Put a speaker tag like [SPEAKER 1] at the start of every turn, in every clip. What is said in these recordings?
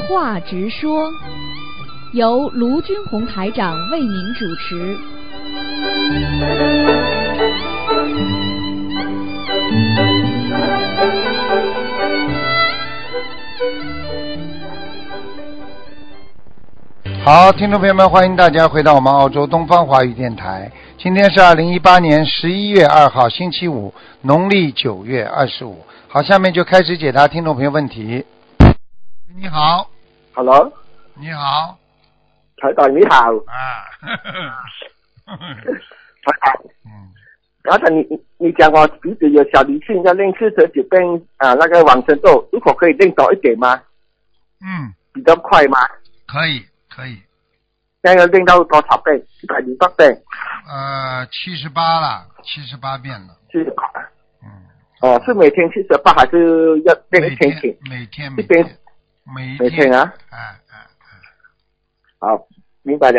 [SPEAKER 1] 话直说，由卢军红台长为您主持。
[SPEAKER 2] 好，听众朋友们，欢迎大家回到我们澳洲东方华语电台。今天是二零一八年十一月二号，星期五，农历九月二十五。好，下面就开始解答听众朋友问题。你好，
[SPEAKER 3] Hello，
[SPEAKER 2] 你好，
[SPEAKER 3] 台长你好，
[SPEAKER 2] 啊，
[SPEAKER 3] 台长，
[SPEAKER 2] 嗯，
[SPEAKER 3] 台长你你你讲我鼻子有小灵性，要练四十九遍啊那个往生咒，如果可以练早一点吗？
[SPEAKER 2] 嗯，
[SPEAKER 3] 比较快吗？
[SPEAKER 2] 可以，可以，
[SPEAKER 3] 现在要练到多少遍？一百零八遍，
[SPEAKER 2] 呃，七十八了，七十八遍了，
[SPEAKER 3] 是吧
[SPEAKER 2] 嗯，
[SPEAKER 3] 哦，是每天七十八还是要练
[SPEAKER 2] 每
[SPEAKER 3] 一天
[SPEAKER 2] 天
[SPEAKER 3] 起？
[SPEAKER 2] 每天每
[SPEAKER 3] 一边
[SPEAKER 2] 天每一
[SPEAKER 3] 每天啊？
[SPEAKER 2] 哎哎哎，
[SPEAKER 3] 好，明白了。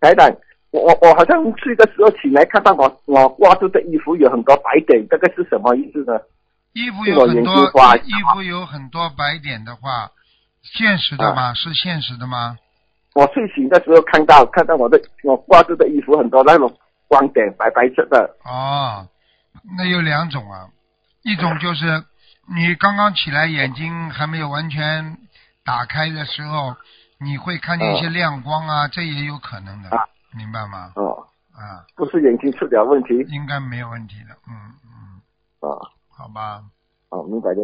[SPEAKER 3] 台长，我我我好像睡的时候起来看到我我挂住的衣服有很多白点，这个是什么意思呢？
[SPEAKER 2] 衣服
[SPEAKER 3] 是
[SPEAKER 2] 有
[SPEAKER 3] 我
[SPEAKER 2] 很
[SPEAKER 3] 原
[SPEAKER 2] 多
[SPEAKER 3] 计划
[SPEAKER 2] 衣服有很多白点的话，现实的吗？是现实的吗？
[SPEAKER 3] 我睡醒的时候看到看到我的我挂住的衣服很多那种光点，白白色的。
[SPEAKER 2] 哦，那有两种啊，一种就是你刚刚起来，眼睛还没有完全打开的时候，你会看见一些
[SPEAKER 3] 嗯
[SPEAKER 2] 亮光啊，这也有可能的
[SPEAKER 3] 啊，
[SPEAKER 2] 明白吗？
[SPEAKER 3] 哦，
[SPEAKER 2] 啊，
[SPEAKER 3] 不是眼睛出了问题
[SPEAKER 2] 应该没有问题的，嗯嗯，
[SPEAKER 3] 啊
[SPEAKER 2] 好吧，
[SPEAKER 3] 哦，明白的。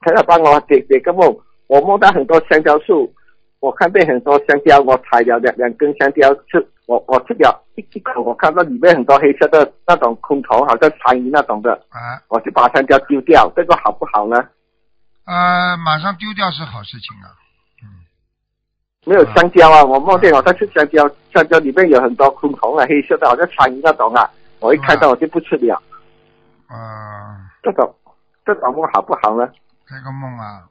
[SPEAKER 3] 台长帮我解解个梦，我梦到很多香蕉树，我看见很多香蕉，我采了两两根香蕉吃，我我吃了一一口，我看到里面很多黑色的那种空头，好像苍蝇那种的，
[SPEAKER 2] 啊
[SPEAKER 3] 我就把香蕉丢掉，这个好不好呢？
[SPEAKER 2] 呃，马上丢掉是好事情啊，
[SPEAKER 3] 没有
[SPEAKER 2] 啊
[SPEAKER 3] 香蕉啊，我梦见我在吃香蕉，香蕉里面有很多空头啊，黑色的，好像苍蝇那种啊，我一看到我就不吃了，
[SPEAKER 2] 呃，
[SPEAKER 3] 这种这种梦好不好呢？
[SPEAKER 2] 这个梦啊，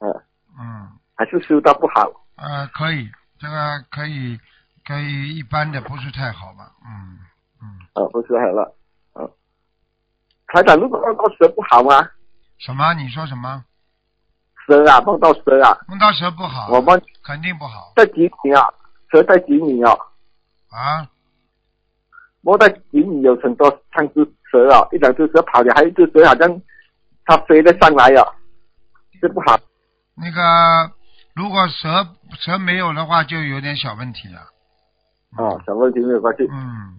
[SPEAKER 3] 嗯、
[SPEAKER 2] 嗯。
[SPEAKER 3] 还是修到不好。
[SPEAKER 2] 呃，可以，这个可以，可以一般的不是太好吧？嗯嗯，
[SPEAKER 3] 呃，不是很了，嗯，台长，如果梦到蛇不好吗？
[SPEAKER 2] 什么？你说什么？
[SPEAKER 3] 蛇啊，梦到蛇啊，
[SPEAKER 2] 梦到蛇不好，
[SPEAKER 3] 我梦
[SPEAKER 2] 肯定不好
[SPEAKER 3] 在吉林啊，蛇在吉林啊，
[SPEAKER 2] 啊！
[SPEAKER 3] 梦到吉林有很多三只蛇啊，一两只蛇跑了，还有一只蛇好像它飞了上来啊，这不好
[SPEAKER 2] 那个，如果蛇蛇没有的话，就有点小问题了。
[SPEAKER 3] 啊，小问题没有关系
[SPEAKER 2] 嗯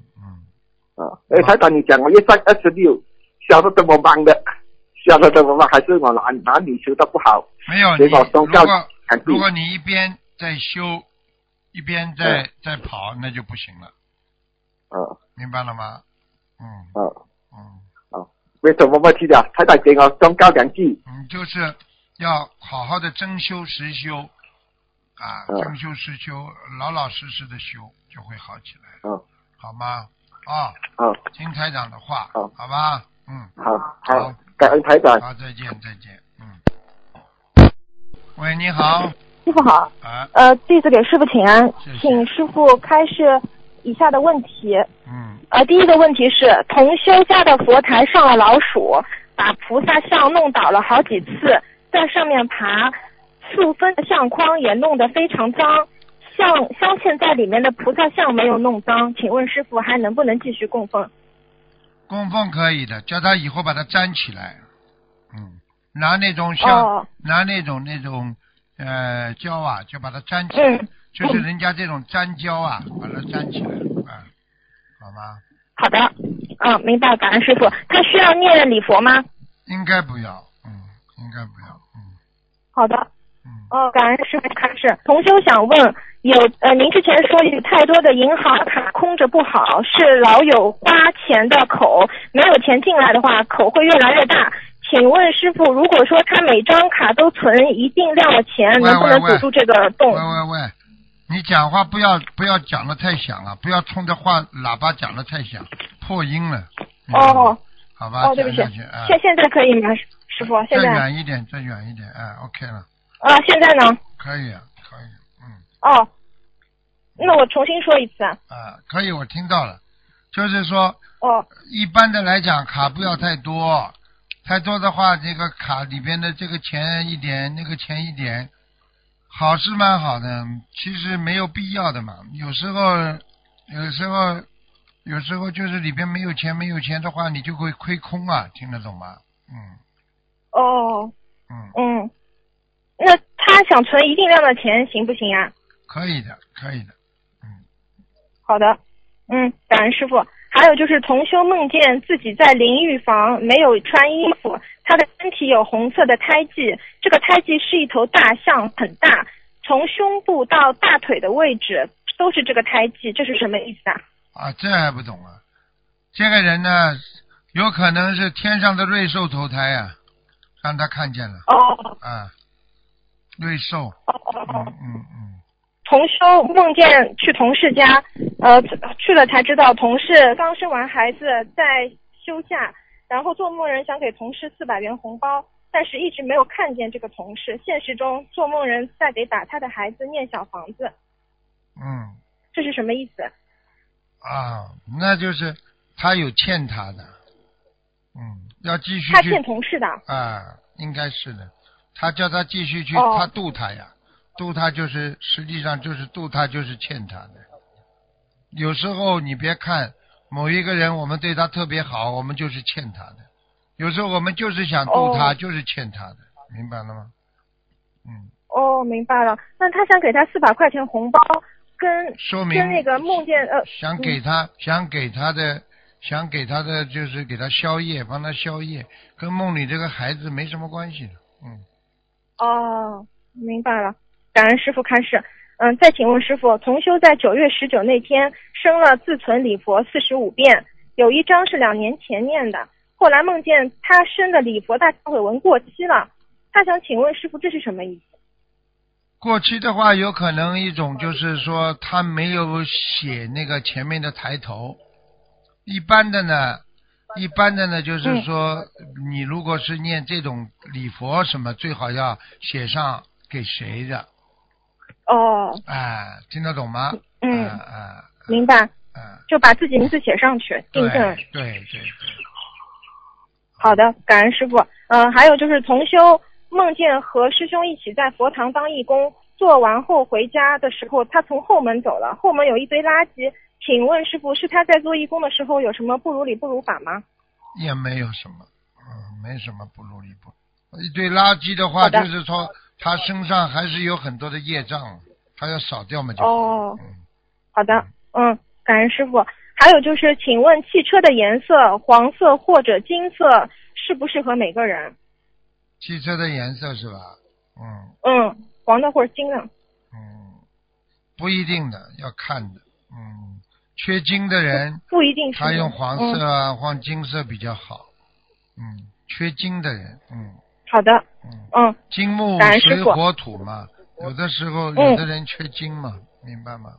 [SPEAKER 2] 嗯，
[SPEAKER 3] 啊。哎，台长，你讲我月上二十六，笑的这么棒的，笑的这么棒，还是我哪哪里修的不好？
[SPEAKER 2] 没有啊你
[SPEAKER 3] 结果
[SPEAKER 2] 如
[SPEAKER 3] 宗教
[SPEAKER 2] 果
[SPEAKER 3] 产
[SPEAKER 2] 如
[SPEAKER 3] 品
[SPEAKER 2] 果你一边在修，一边在在跑，那就不行了，
[SPEAKER 3] 啊
[SPEAKER 2] 明白了吗？嗯
[SPEAKER 3] 啊，
[SPEAKER 2] 嗯。
[SPEAKER 3] 为什么问题的？台长给我忠告两句。
[SPEAKER 2] 你嗯就是要好好的真修实修啊，
[SPEAKER 3] 嗯
[SPEAKER 2] 真修实修，老老实实的修，就会好起来，
[SPEAKER 3] 嗯
[SPEAKER 2] 好吗？啊、
[SPEAKER 3] 嗯，
[SPEAKER 2] 听台长的话，
[SPEAKER 3] 好
[SPEAKER 2] 好吧？嗯，
[SPEAKER 3] 好
[SPEAKER 2] 好
[SPEAKER 3] 好，感恩台长。
[SPEAKER 2] 好，再见，再见，嗯。喂，你好，
[SPEAKER 4] 师傅好，
[SPEAKER 2] 啊，
[SPEAKER 4] 呃，弟子给师傅请安，
[SPEAKER 2] 谢谢
[SPEAKER 4] 请师傅开示以下的问题。
[SPEAKER 2] 嗯，
[SPEAKER 4] 呃，第一个问题是，同修家的佛台上了老鼠，把菩萨像弄倒了好几次，在上面爬，塑封的相框也弄得非常脏。像相信在里面的菩萨像没有弄脏，请问师傅还能不能继续供奉？
[SPEAKER 2] 供奉可以的，叫他以后把它粘起来，嗯，拿那种像、
[SPEAKER 4] 哦，
[SPEAKER 2] 拿那种那种呃胶啊，就把它粘起来。
[SPEAKER 4] 嗯，
[SPEAKER 2] 就是人家这种粘胶啊，把它粘起来，啊，好吗？
[SPEAKER 4] 好的，嗯，明白，感恩师傅。他需要念礼佛吗？
[SPEAKER 2] 应该不要，嗯，应该不要，嗯
[SPEAKER 4] 好的，
[SPEAKER 2] 嗯，
[SPEAKER 4] 哦，感恩师傅开示。同修想问，有呃，您之前说有太多的银行卡空着不好，是老有花钱的口，没有钱进来的话，口会越来越大。请问师傅，如果说他每张卡都存一定量的钱，
[SPEAKER 2] 喂
[SPEAKER 4] 能不能
[SPEAKER 2] 喂喂
[SPEAKER 4] 堵住这个
[SPEAKER 2] 喂
[SPEAKER 4] 洞？
[SPEAKER 2] 喂喂，你讲话不要不要讲的太响啊了，不要冲着话喇叭讲的太响，破音了。明白吗
[SPEAKER 4] 哦，
[SPEAKER 2] 好吧，
[SPEAKER 4] 哦对不起
[SPEAKER 2] 讲下去啊，
[SPEAKER 4] 现现在可以吗，师师傅？现
[SPEAKER 2] 再
[SPEAKER 4] 在
[SPEAKER 2] 远一点，再远一点，哎，OK 了，
[SPEAKER 4] 啊，现在呢？
[SPEAKER 2] 可以啊，可以，嗯
[SPEAKER 4] 哦，那我重新说一次啊。
[SPEAKER 2] 啊，可以，我听到了，就是说
[SPEAKER 4] 哦，
[SPEAKER 2] 一般的来讲，卡不要太多，太多的话，这个卡里边的这个钱一点，那个钱一点，好是蛮好的，其实没有必要的嘛。有时候，有时候，有时候就是里边没有钱，没有钱的话，你就会亏空啊，听得懂吗？嗯
[SPEAKER 4] 哦，
[SPEAKER 2] 嗯，
[SPEAKER 4] 嗯，那他想存一定量的钱行不行啊呀、
[SPEAKER 2] 可以的，可以的。
[SPEAKER 4] 好的，嗯，感恩师傅。还有就是同修梦见自己在淋浴房没有穿衣服，他的身体有红色的胎记，这个胎记是一头大象，很大，从胸部到大腿的位置都是这个胎记，这是什么意思啊？
[SPEAKER 2] 啊，这还不懂啊？这个人呢，有可能是天上的瑞兽投胎啊，让他看见了
[SPEAKER 4] 哦
[SPEAKER 2] 啊，瑞兽，
[SPEAKER 4] 哦哦
[SPEAKER 2] 嗯嗯嗯，
[SPEAKER 4] 同修梦见去同事家，呃，去了才知道同事刚生完孩子在休假，然后做梦人想给同事四百元红包，但是一直没有看见这个同事。现实中做梦人在给打他的孩子念小房子，
[SPEAKER 2] 嗯
[SPEAKER 4] 这是什么意思？
[SPEAKER 2] 啊，那就是他有欠他的，嗯，要继续
[SPEAKER 4] 他
[SPEAKER 2] 去
[SPEAKER 4] 欠同事的。
[SPEAKER 2] 啊，应该是的。他叫他继续去，
[SPEAKER 4] 哦
[SPEAKER 2] 他渡他呀，渡他就是实际上就是渡他就是欠他的。有时候你别看某一个人，我们对他特别好，我们就是欠他的。有时候我们就是想渡他，
[SPEAKER 4] 哦
[SPEAKER 2] 就是欠他的，明白了吗？嗯，
[SPEAKER 4] 哦，明白了。那他想给他四百块钱红包，跟
[SPEAKER 2] 说明
[SPEAKER 4] 跟那个梦见呃，
[SPEAKER 2] 想给他、想给他的想给他的就是给他宵夜，帮他宵夜，跟梦里这个孩子没什么关系的。嗯。
[SPEAKER 4] 哦，明白了，感恩师傅开示。嗯，再请问师傅，同修在九月十九那天生了自存礼佛四十五遍，有一张是两年前念的，后来梦见他生的礼佛大忏悔文过期了，他想请问师傅这是什么意思？
[SPEAKER 2] 过期的话，有可能一种就是说他没有写那个前面的抬头。一般的呢，一般的呢，就是说你如果是念这种礼佛什么，最好要写上给谁的，
[SPEAKER 4] 哦，
[SPEAKER 2] 哎，听得懂吗？
[SPEAKER 4] 嗯
[SPEAKER 2] 啊啊
[SPEAKER 4] 明白，
[SPEAKER 2] 啊！
[SPEAKER 4] 就把自己名字写上去，
[SPEAKER 2] 对
[SPEAKER 4] 订正。
[SPEAKER 2] 对对对，
[SPEAKER 4] 好的，感恩师傅。嗯、还有就是同修梦见和师兄一起在佛堂当义工，做完后回家的时候，他从后门走了，后门有一堆垃圾。请问师傅，是他在做义工的时候有什么不如理不如法吗？
[SPEAKER 2] 也没有什么，嗯，没什么不如理不。一堆垃圾的话，
[SPEAKER 4] 好的
[SPEAKER 2] 就是说他身上还是有很多的业障，他要扫掉嘛就。
[SPEAKER 4] 哦
[SPEAKER 2] 嗯
[SPEAKER 4] 好的，嗯，感恩师傅。还有就是，请问汽车的颜色，黄色或者金色，适不适合每个人？
[SPEAKER 2] 汽车的颜色是吧？嗯
[SPEAKER 4] 嗯，黄的或者金的。
[SPEAKER 2] 嗯，不一定的，要看的。嗯，缺金的人，
[SPEAKER 4] 不一定是
[SPEAKER 2] 他用黄色
[SPEAKER 4] 嗯。
[SPEAKER 2] 啊、黄金色比较好。嗯，缺金的人，嗯
[SPEAKER 4] 好的，
[SPEAKER 2] 嗯，
[SPEAKER 4] 嗯，
[SPEAKER 2] 金木
[SPEAKER 4] 感恩师
[SPEAKER 2] 水
[SPEAKER 4] 父
[SPEAKER 2] 火土嘛，有的时候
[SPEAKER 4] 嗯
[SPEAKER 2] 有的人缺金嘛，明白吗？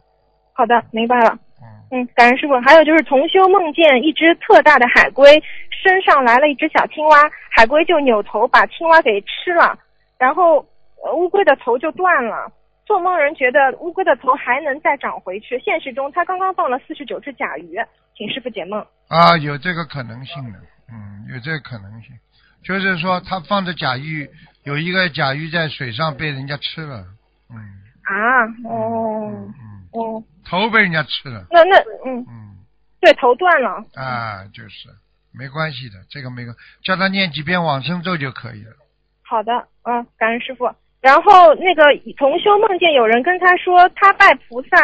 [SPEAKER 4] 好的，明白了。
[SPEAKER 2] 嗯，
[SPEAKER 4] 嗯，感恩师傅。还有就是同修梦见一只特大的海龟，身上来了一只小青蛙，海龟就扭头把青蛙给吃了，然后、呃乌龟的头就断了。做梦人觉得乌龟的头还能再长回去，现实中他刚刚放了四十九只甲鱼，请师傅解梦。
[SPEAKER 2] 啊，有这个可能性的，嗯，有这个可能性，就是说他放着甲鱼，有一个甲鱼在水上被人家吃了，嗯，
[SPEAKER 4] 啊，哦，
[SPEAKER 2] 嗯嗯，
[SPEAKER 4] 哦，
[SPEAKER 2] 头被人家吃了，
[SPEAKER 4] 那那嗯，
[SPEAKER 2] 嗯。
[SPEAKER 4] 对，头断了。
[SPEAKER 2] 啊，就是没关系的，这个没关，叫他念几遍往生咒就可以了。
[SPEAKER 4] 好的，嗯，感恩师傅。然后那个同修梦见有人跟他说，他拜菩萨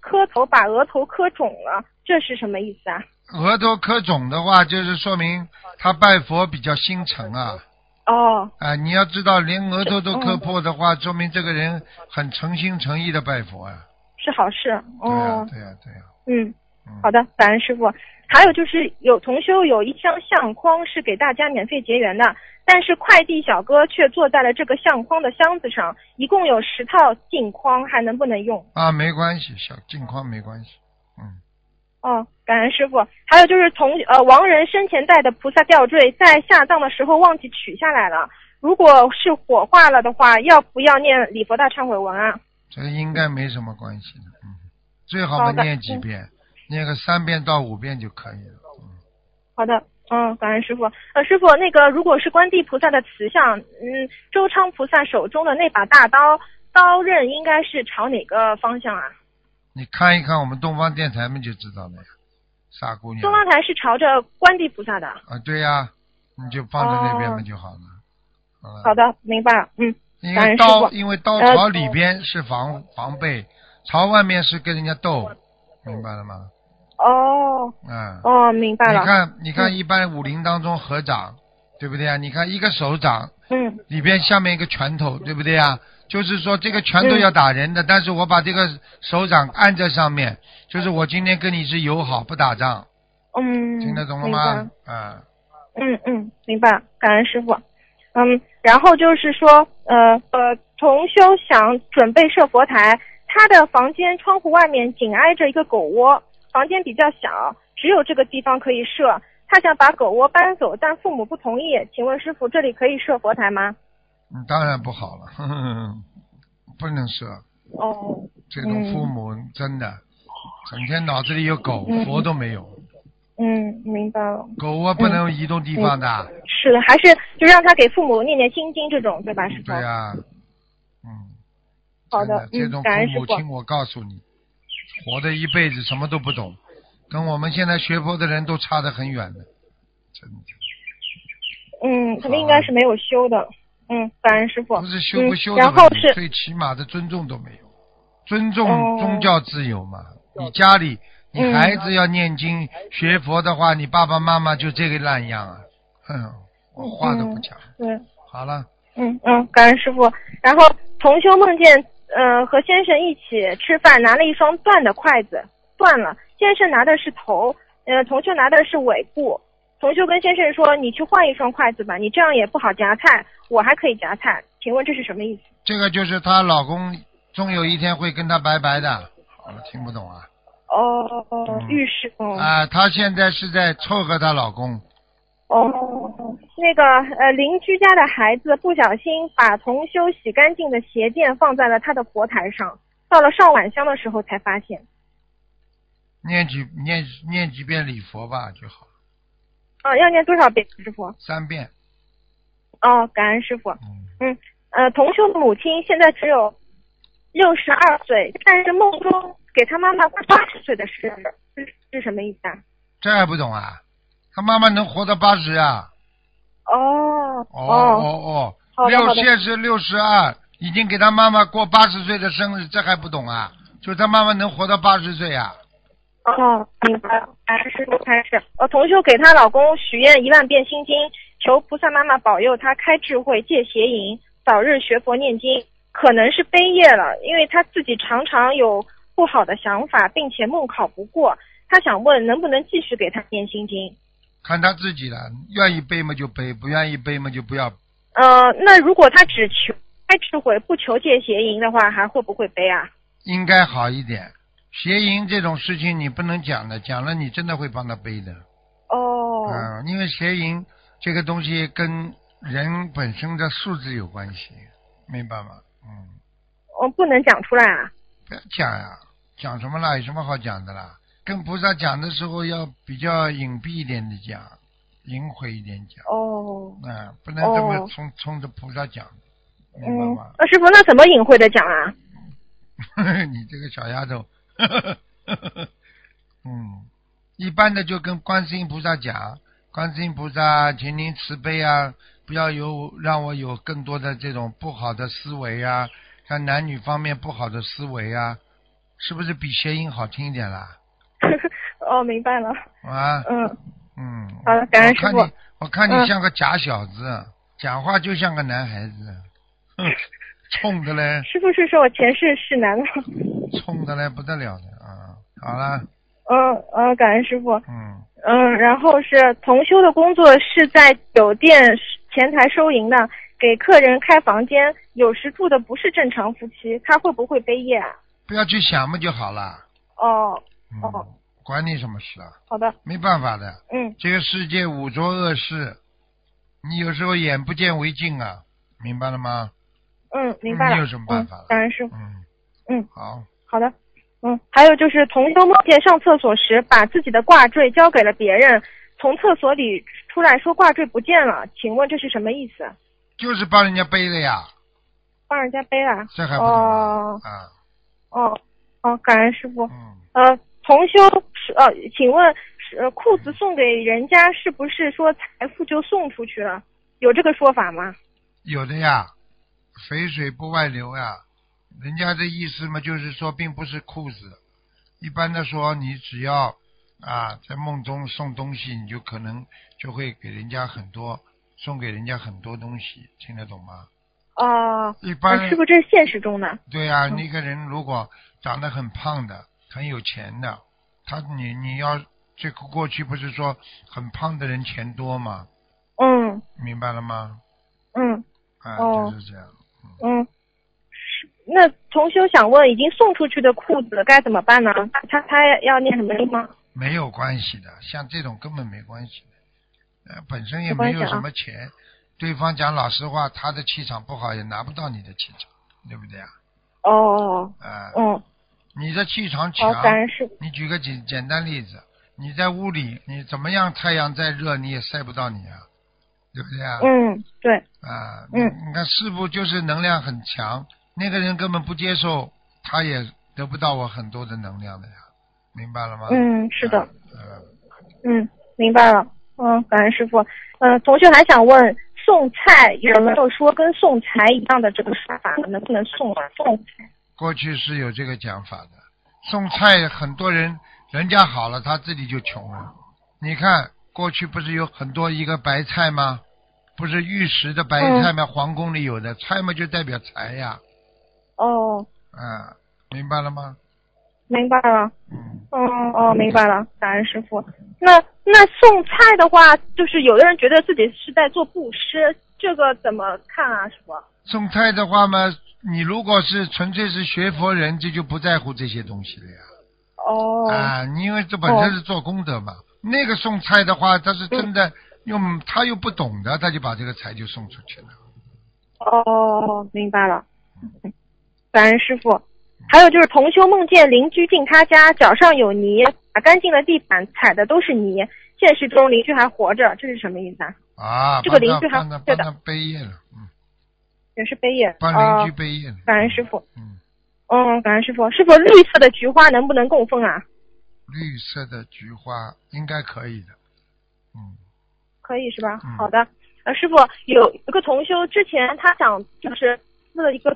[SPEAKER 4] 磕头把额头磕肿了，这是什么意思啊？
[SPEAKER 2] 额头磕肿的话，就是说明他拜佛比较心诚啊
[SPEAKER 4] 哦，
[SPEAKER 2] 啊！你要知道，连额头都磕破的话，说明这个人很诚心诚意的拜佛啊。
[SPEAKER 4] 是好事。
[SPEAKER 2] 对呀、
[SPEAKER 4] 哦，
[SPEAKER 2] 对呀、啊对呀、
[SPEAKER 4] 嗯，
[SPEAKER 2] 嗯，
[SPEAKER 4] 好的，感恩师傅。还有就是有同修有一箱相框是给大家免费结缘的，但是快递小哥却坐在了这个相框的箱子上，一共有十套镜框，还能不能用？
[SPEAKER 2] 啊，没关系，小镜框没关系。嗯，
[SPEAKER 4] 哦，感恩师傅。还有就是同呃亡人生前戴的菩萨吊坠，在下葬的时候忘记取下来了，如果是火化了的话，要不要念礼佛大忏悔文啊？
[SPEAKER 2] 这应该没什么关系的。嗯，最好嘛
[SPEAKER 4] 好嗯的
[SPEAKER 2] 念几遍，念个三遍到五遍就可以了。嗯，
[SPEAKER 4] 好的，嗯，感恩师傅。呃，师傅，那个如果是观地菩萨的慈像，嗯，周昌菩萨手中的那把大刀，刀刃应该是朝哪个方向啊？
[SPEAKER 2] 你看一看我们东方电台们就知道了呀，傻姑娘
[SPEAKER 4] 东方台是朝着观地菩萨的。
[SPEAKER 2] 啊，对呀、你就放在那边嘛
[SPEAKER 4] 哦
[SPEAKER 2] 就好了。好了
[SPEAKER 4] 好的，明白了。嗯，
[SPEAKER 2] 因
[SPEAKER 4] 感
[SPEAKER 2] 为
[SPEAKER 4] 恩
[SPEAKER 2] 刀，
[SPEAKER 4] 师父
[SPEAKER 2] 因为刀
[SPEAKER 4] 呃
[SPEAKER 2] 朝里边是防防备，朝外面是跟人家斗，明白了吗？
[SPEAKER 4] 哦
[SPEAKER 2] 嗯。
[SPEAKER 4] 哦，明白
[SPEAKER 2] 你
[SPEAKER 4] 了。
[SPEAKER 2] 看，你看，一般武林当中合掌，对不对啊？你看一个手掌
[SPEAKER 4] 嗯
[SPEAKER 2] 里边下面一个拳头，对不对啊？就是说这个拳头
[SPEAKER 4] 嗯
[SPEAKER 2] 要打人的，但是我把这个手掌按在上面，就是我今天跟你是友好不打仗，
[SPEAKER 4] 嗯，
[SPEAKER 2] 听得懂了
[SPEAKER 4] 明白
[SPEAKER 2] 吗？啊、
[SPEAKER 4] 嗯嗯，明白，感恩师傅。嗯，然后就是说，呃呃，同修想准备设佛台，他的房间窗户外面紧挨着一个狗窝，房间比较小，只有这个地方可以设。他想把狗窝搬走，但父母不同意。请问师傅，这里可以设佛台吗？
[SPEAKER 2] 嗯，当然不好了， 呵呵呵不能说。
[SPEAKER 4] 哦，
[SPEAKER 2] 这种父
[SPEAKER 4] 嗯
[SPEAKER 2] 母真的，整天脑子里有狗，
[SPEAKER 4] 嗯
[SPEAKER 2] 佛都没有。
[SPEAKER 4] 嗯，明白了。
[SPEAKER 2] 狗窝不能移动地方的，
[SPEAKER 4] 是的，还是就让他给父母念念心经这种，对吧，师傅？
[SPEAKER 2] 对呀、嗯，
[SPEAKER 4] 好
[SPEAKER 2] 真
[SPEAKER 4] 的
[SPEAKER 2] 的，，这
[SPEAKER 4] 嗯
[SPEAKER 2] 种，父
[SPEAKER 4] 感恩师
[SPEAKER 2] 母
[SPEAKER 4] 傅。
[SPEAKER 2] 亲，我告诉你，活的一辈子什么都不懂，跟我们现在学佛的人都差得很远的，真的
[SPEAKER 4] 嗯，他们应该是没有修的。嗯，感恩师傅。
[SPEAKER 2] 不是修不
[SPEAKER 4] 嗯
[SPEAKER 2] 修的
[SPEAKER 4] 然后
[SPEAKER 2] 问题，
[SPEAKER 4] 是
[SPEAKER 2] 最起码的尊重都没有，尊重
[SPEAKER 4] 哦
[SPEAKER 2] 宗教自由嘛。你家里，你
[SPEAKER 4] 嗯
[SPEAKER 2] 孩子要念经、学佛的话，你爸爸妈妈就这个烂样啊，哼，我话
[SPEAKER 4] 嗯
[SPEAKER 2] 都不讲。
[SPEAKER 4] 对，
[SPEAKER 2] 好了，
[SPEAKER 4] 嗯嗯，感恩师傅。然后同修梦见，呃，和先生一起吃饭，拿了一双断的筷子，断了。先生拿的是头，呃，同修拿的是尾部。同修跟先生说：“你去换一双筷子吧，你这样也不好夹菜，我还可以夹菜。”请问这是什么意思？
[SPEAKER 2] 这个就是她老公终有一天会跟她拜拜的。好了，听不懂啊？
[SPEAKER 4] 哦，
[SPEAKER 2] 嗯
[SPEAKER 4] 浴室，哦、
[SPEAKER 2] 啊，她现在是在凑合她老公。
[SPEAKER 4] 哦，那个呃，邻居家的孩子不小心把同修洗干净的鞋垫放在了他的佛台上，到了上晚香的时候才发现。
[SPEAKER 2] 念几念念几遍礼佛吧就好了，
[SPEAKER 4] 啊，要念多少遍，师傅？
[SPEAKER 2] 三遍。
[SPEAKER 4] 哦，感恩师傅。
[SPEAKER 2] 嗯，
[SPEAKER 4] 呃，同修的母亲现在只有六十二岁，但是梦中给他妈妈过八十岁的生日，是是什么意思啊？
[SPEAKER 2] 这还不懂啊？她妈妈能活到八十啊？
[SPEAKER 4] 哦
[SPEAKER 2] 哦哦
[SPEAKER 4] 好
[SPEAKER 2] 哦，
[SPEAKER 4] 的好
[SPEAKER 2] 六
[SPEAKER 4] 的
[SPEAKER 2] 现是六十二，已经给他妈妈过八十岁的生日，这还不懂啊？就他妈妈能活到八十岁啊？
[SPEAKER 4] 哦，明白了，感恩师傅开始。呃，同修给她老公许愿一万遍心经，求菩萨妈妈保佑她开智慧、戒邪淫，早日学佛念经。可能是悲业了，因为她自己常常有不好的想法，并且梦考不过。她想问能不能继续给她念心经？
[SPEAKER 2] 看他自己了，愿意背嘛就背，不愿意背嘛就不要。
[SPEAKER 4] 呃，那如果她只求开智慧，不求戒邪淫的话，还会不会悲啊？
[SPEAKER 2] 应该好一点。邪淫这种事情你不能讲的，讲了你真的会帮他背的。
[SPEAKER 4] 哦，
[SPEAKER 2] 嗯、因为邪淫这个东西跟人本身的素质有关系，明白吗？嗯，
[SPEAKER 4] 我、哦不能讲出来啊。
[SPEAKER 2] 不要讲呀、讲什么啦？有什么好讲的啦？跟菩萨讲的时候要比较隐蔽一点的讲，隐晦一点讲，
[SPEAKER 4] 哦，
[SPEAKER 2] 嗯、不能这么
[SPEAKER 4] 哦
[SPEAKER 2] 冲、冲着菩萨讲，明白
[SPEAKER 4] 嗯
[SPEAKER 2] 吗，？
[SPEAKER 4] 那师傅，那怎么隐晦的讲啊？
[SPEAKER 2] 你这个小丫头，嗯，一般的就跟观世音菩萨讲，观世音菩萨，请您慈悲啊，不要有让我有更多的这种不好的思维啊，像男女方面不好的思维啊，是不是比谐音好听一点啦？
[SPEAKER 4] 哦，明白了。
[SPEAKER 2] 啊，
[SPEAKER 4] 嗯，
[SPEAKER 2] 嗯，
[SPEAKER 4] 好啊的感恩
[SPEAKER 2] 我看
[SPEAKER 4] 师父
[SPEAKER 2] 你，我看你
[SPEAKER 4] 嗯
[SPEAKER 2] 像个假小子，讲话就像个男孩子，哼，冲的嘞，
[SPEAKER 4] 师傅是说我前世是男的。
[SPEAKER 2] 冲的嘞不得了的啊，好了，
[SPEAKER 4] 嗯嗯，感恩师傅。
[SPEAKER 2] 嗯。
[SPEAKER 4] 嗯，然后是同修的工作是在酒店前台收银的，给客人开房间，有时住的不是正常夫妻，他会不会背业啊？
[SPEAKER 2] 不要去想嘛就好了。
[SPEAKER 4] 哦，
[SPEAKER 2] 嗯
[SPEAKER 4] 哦，
[SPEAKER 2] 管你什么事啊？
[SPEAKER 4] 好的，
[SPEAKER 2] 没办法的，
[SPEAKER 4] 嗯
[SPEAKER 2] 这个世界五浊恶世，你有时候眼不见为净啊，明白了吗？
[SPEAKER 4] 嗯，明白了。
[SPEAKER 2] 你有什么办法了
[SPEAKER 4] 嗯，感恩师傅。
[SPEAKER 2] 嗯
[SPEAKER 4] 嗯，
[SPEAKER 2] 好，
[SPEAKER 4] 好的。嗯，还有就是同修梦见上厕所时，把自己的挂坠交给了别人，从厕所里出来说挂坠不见了，请问这是什么意思？
[SPEAKER 2] 就是帮人家背的呀，
[SPEAKER 4] 帮人家背了。
[SPEAKER 2] 这还不懂
[SPEAKER 4] 哦
[SPEAKER 2] 吗啊？
[SPEAKER 4] 哦哦，感恩师傅。
[SPEAKER 2] 嗯，
[SPEAKER 4] 呃，同修是呃，请问是、呃、裤子送给人家是不是说财富就送出去了？有这个说法吗？
[SPEAKER 2] 有的呀，肥水不外流呀。人家的意思嘛，就是说，并不是裤子。一般的说，你只要啊在梦中送东西，你就可能就会给人家很多，送给人家很多东西，听得懂吗？
[SPEAKER 4] 哦、
[SPEAKER 2] 一般
[SPEAKER 4] 呃，是不是这是现实中的？
[SPEAKER 2] 对呀、
[SPEAKER 4] 嗯
[SPEAKER 2] 那个人如果长得很胖的，很有钱的，他你你要这个过去不是说很胖的人钱多吗？
[SPEAKER 4] 嗯
[SPEAKER 2] 明白了吗？
[SPEAKER 4] 嗯
[SPEAKER 2] 啊，
[SPEAKER 4] 哦
[SPEAKER 2] 就是这样。
[SPEAKER 4] 嗯。是那同修想问，已经送出去的裤子该怎么办呢？他他要念什么经吗？
[SPEAKER 2] 没有关系的，像这种根本没关系的，呃，本身也
[SPEAKER 4] 没关
[SPEAKER 2] 没
[SPEAKER 4] 系
[SPEAKER 2] 有什
[SPEAKER 4] 啊
[SPEAKER 2] 么钱，对方讲老实话，他的气场不好也拿不到你的气场，对不对啊？
[SPEAKER 4] 哦，啊
[SPEAKER 2] 啊、
[SPEAKER 4] 嗯，
[SPEAKER 2] 你的气场
[SPEAKER 4] 好
[SPEAKER 2] 强，，
[SPEAKER 4] 感恩师傅。
[SPEAKER 2] 你举个简简单例子，你在屋里，你怎么样太阳再热你也晒不到你啊，对不对啊？
[SPEAKER 4] 嗯，对，
[SPEAKER 2] 啊，
[SPEAKER 4] 嗯
[SPEAKER 2] 你，你看师傅就是能量很强，那个人根本不接受，他也得不到我很多的能量的呀，明白了吗？
[SPEAKER 4] 嗯，是的。
[SPEAKER 2] 呃。呃
[SPEAKER 4] 嗯，明白了。嗯，感恩师傅。嗯，同学还想问，送菜有没有说跟送财一样的这个说法？能不能送啊？送菜？
[SPEAKER 2] 过去是有这个讲法的。送菜很多人人家好了，他自己就穷了。你看过去不是有很多一个白菜吗？不是玉石的白菜吗？皇宫里有的菜嘛，就代表财呀，
[SPEAKER 4] 哦，
[SPEAKER 2] 啊，明白了吗？
[SPEAKER 4] 明白了。
[SPEAKER 2] 嗯，
[SPEAKER 4] 嗯哦，明白了。感恩师傅。那那送菜的话，就是有的人觉得自己是在做布施，这个怎么看啊，师傅？
[SPEAKER 2] 送菜的话嘛，你如果是纯粹是学佛人，这就不在乎这些东西了呀。
[SPEAKER 4] 哦，
[SPEAKER 2] 啊，你因为这本身是做功德嘛。那个送菜的话，他是真的用他又不懂的，他就把这个财就送出去了。
[SPEAKER 4] 哦，明白了。感恩师傅。还有就是同修梦见邻居进他家，脚上有泥，打干净的地板踩的都是泥。现实中邻居还活着，这是什么意思啊？
[SPEAKER 2] 啊，
[SPEAKER 4] 这个邻
[SPEAKER 2] 帮
[SPEAKER 4] 居
[SPEAKER 2] 他
[SPEAKER 4] 还
[SPEAKER 2] 帮他
[SPEAKER 4] 对
[SPEAKER 2] 帮
[SPEAKER 4] 的
[SPEAKER 2] 他背业了，嗯，
[SPEAKER 4] 也是悲业。
[SPEAKER 2] 帮
[SPEAKER 4] 哦
[SPEAKER 2] 邻居背业了。
[SPEAKER 4] 感恩师傅。
[SPEAKER 2] 嗯，
[SPEAKER 4] 嗯，感恩师傅。师傅，绿色的菊花能不能供奉啊？
[SPEAKER 2] 绿色的菊花应该可以的，嗯，
[SPEAKER 4] 可以是吧？
[SPEAKER 2] 嗯
[SPEAKER 4] 好的。呃，师傅有一个同修之前他想就是做了一个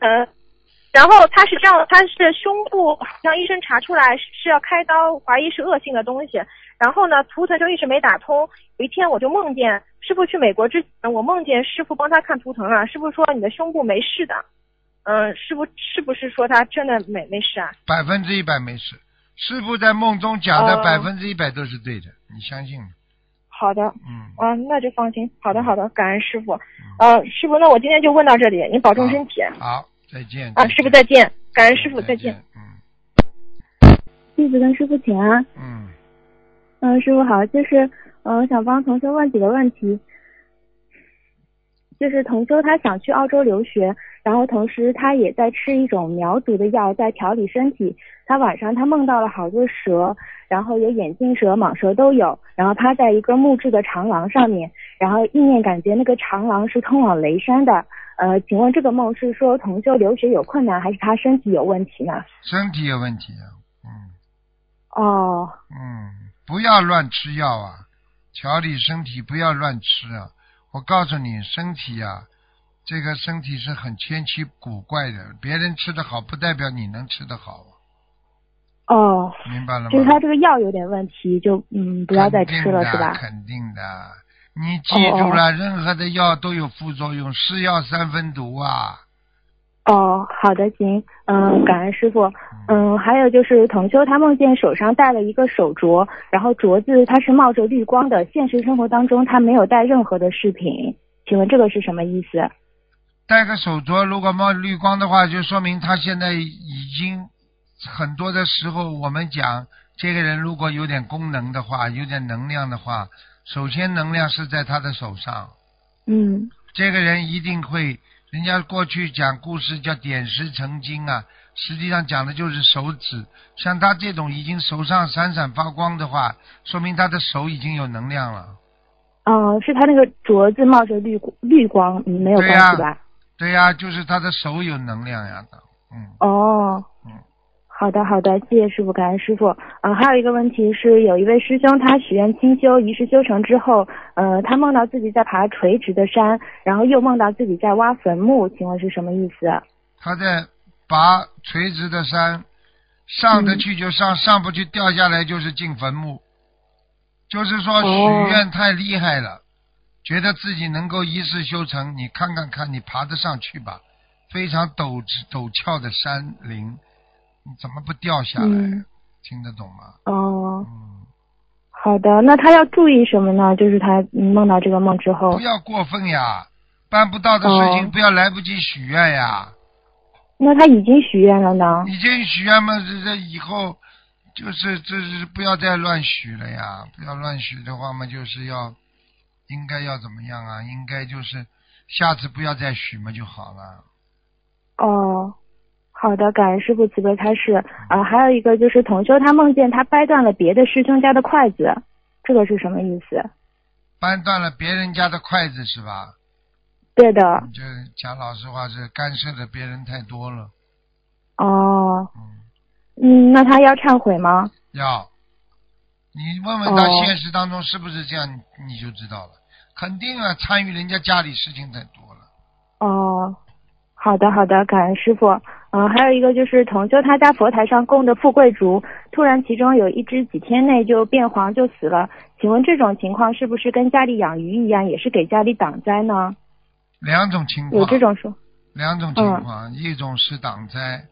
[SPEAKER 4] 呃，然后他是这样的，他是胸部好像医生查出来是要开刀，怀疑是恶性的东西。然后呢，图腾就一直没打通。有一天我就梦见师傅去美国之前，我梦见师傅帮他看图腾了。师傅说你的胸部没事的，嗯、师傅是不是说他真的没没事啊？
[SPEAKER 2] 百分之一百没事。师傅在梦中讲的
[SPEAKER 4] 哦
[SPEAKER 2] 百分之一百都是对的，你相信吗？
[SPEAKER 4] 好的，
[SPEAKER 2] 嗯，
[SPEAKER 4] 啊，那就放心。好的，好的，感恩师傅。呃，师傅，那我今天就问到这里，您保重身体。
[SPEAKER 2] 好，再见。
[SPEAKER 4] 啊，师傅再见，感恩师傅啊再见。。
[SPEAKER 2] 嗯
[SPEAKER 5] 弟子跟师傅请安。
[SPEAKER 2] 嗯，
[SPEAKER 5] 嗯、师傅好，就是呃，我想帮同修问几个问题。就是同修他想去澳洲留学，然后同时他也在吃一种苗族的药，在调理身体。他晚上他梦到了好多蛇，然后有眼镜蛇、蟒蛇都有。然后趴在一个木质的长廊上面，然后意念感觉那个长廊是通往雷山的。呃，请问这个梦是说同修留学有困难，还是他身体有问题呢？
[SPEAKER 2] 身体有问题啊，嗯
[SPEAKER 5] 哦，
[SPEAKER 2] 嗯，不要乱吃药啊，调理身体不要乱吃啊。我告诉你，身体啊，这个身体是很千奇古怪的，别人吃的好不代表你能吃的好，啊
[SPEAKER 5] 哦，
[SPEAKER 2] 明白了吗？
[SPEAKER 5] 就是他这个药有点问题，就嗯不要再吃了，是吧？哦
[SPEAKER 2] 肯定的，你记住了，任何的药都有副作用，是药三分毒啊。
[SPEAKER 5] 哦，好的，行，嗯，感恩师傅，嗯，还有就是同修他梦见手上戴了一个手镯，然后镯子它是冒着绿光的，现实生活当中他没有戴任何的饰品，请问这个是什么意思？
[SPEAKER 2] 戴个手镯，如果冒绿光的话，就说明他现在已经很多的时候，我们讲这个人如果有点功能的话，有点能量的话，首先能量是在他的手上，
[SPEAKER 5] 嗯，
[SPEAKER 2] 这个人一定会，人家过去讲故事叫点石成金啊，实际上讲的就是手指。像他这种已经手上闪闪发光的话，说明他的手已经有能量了。
[SPEAKER 5] 哦，是他那个镯子冒着绿绿光，嗯没有
[SPEAKER 2] 对
[SPEAKER 5] 关
[SPEAKER 2] 呀
[SPEAKER 5] 系吧？
[SPEAKER 2] 对呀、就是他的手有能量呀，嗯，
[SPEAKER 4] 哦
[SPEAKER 2] 嗯，
[SPEAKER 4] 好的好的，谢谢师傅，感恩师傅。啊，还有一个问题是，有一位师兄他许愿清修，仪式修成之后，呃，他梦到自己在爬垂直的山，然后又梦到自己在挖坟墓，请问是什么意思？
[SPEAKER 2] 他在拔垂直的山，上
[SPEAKER 4] 嗯
[SPEAKER 2] 得去就上，上不去掉下来就是进坟墓，就是说
[SPEAKER 4] 哦
[SPEAKER 2] 许愿太厉害了，觉得自己能够一世修成，你看看看你爬得上去吧，非常陡直陡峭的山林，你怎么不掉下来？
[SPEAKER 4] 嗯
[SPEAKER 2] 听得懂吗？
[SPEAKER 4] 哦，
[SPEAKER 2] 嗯，
[SPEAKER 4] 好的，那他要注意什么呢？就是他嗯梦到这个梦之后
[SPEAKER 2] 不，要过分呀，办不到的事情
[SPEAKER 4] 哦
[SPEAKER 2] 不要来不及许愿呀。
[SPEAKER 4] 那他已经许愿了呢？
[SPEAKER 2] 已经许愿嘛，这这以后就是这是不要再乱许了呀！不要乱许的话嘛，就是要应该要怎么样啊？应该就是下次不要再许嘛就好了。嗯
[SPEAKER 4] 哦，好的，感恩师傅慈悲开示。
[SPEAKER 2] 嗯
[SPEAKER 4] 啊、还有一个就是同修他梦见他掰断了别的师兄家的筷子，这个是什么意思？
[SPEAKER 2] 掰断了别人家的筷子是吧？
[SPEAKER 4] 对的，
[SPEAKER 2] 你这讲老实话是干涉的别人太多了。
[SPEAKER 4] 哦，
[SPEAKER 2] 嗯，
[SPEAKER 4] 嗯，那他要忏悔吗？
[SPEAKER 2] 要你问问他
[SPEAKER 4] 哦
[SPEAKER 2] 现实当中是不是这样，你你就知道了。肯定啊，参与人家家里事情太多了。
[SPEAKER 4] 哦，好的好的，感恩师傅。嗯、还有一个就是同修他家佛台上供的富贵竹，突然其中有一只几天内就变黄就死了，请问这种情况是不是跟家里养鱼一样，也是给家里挡灾呢？
[SPEAKER 2] 两种情况。
[SPEAKER 4] 有这种说？
[SPEAKER 2] 两种情
[SPEAKER 4] 嗯
[SPEAKER 2] 况，一种是挡灾，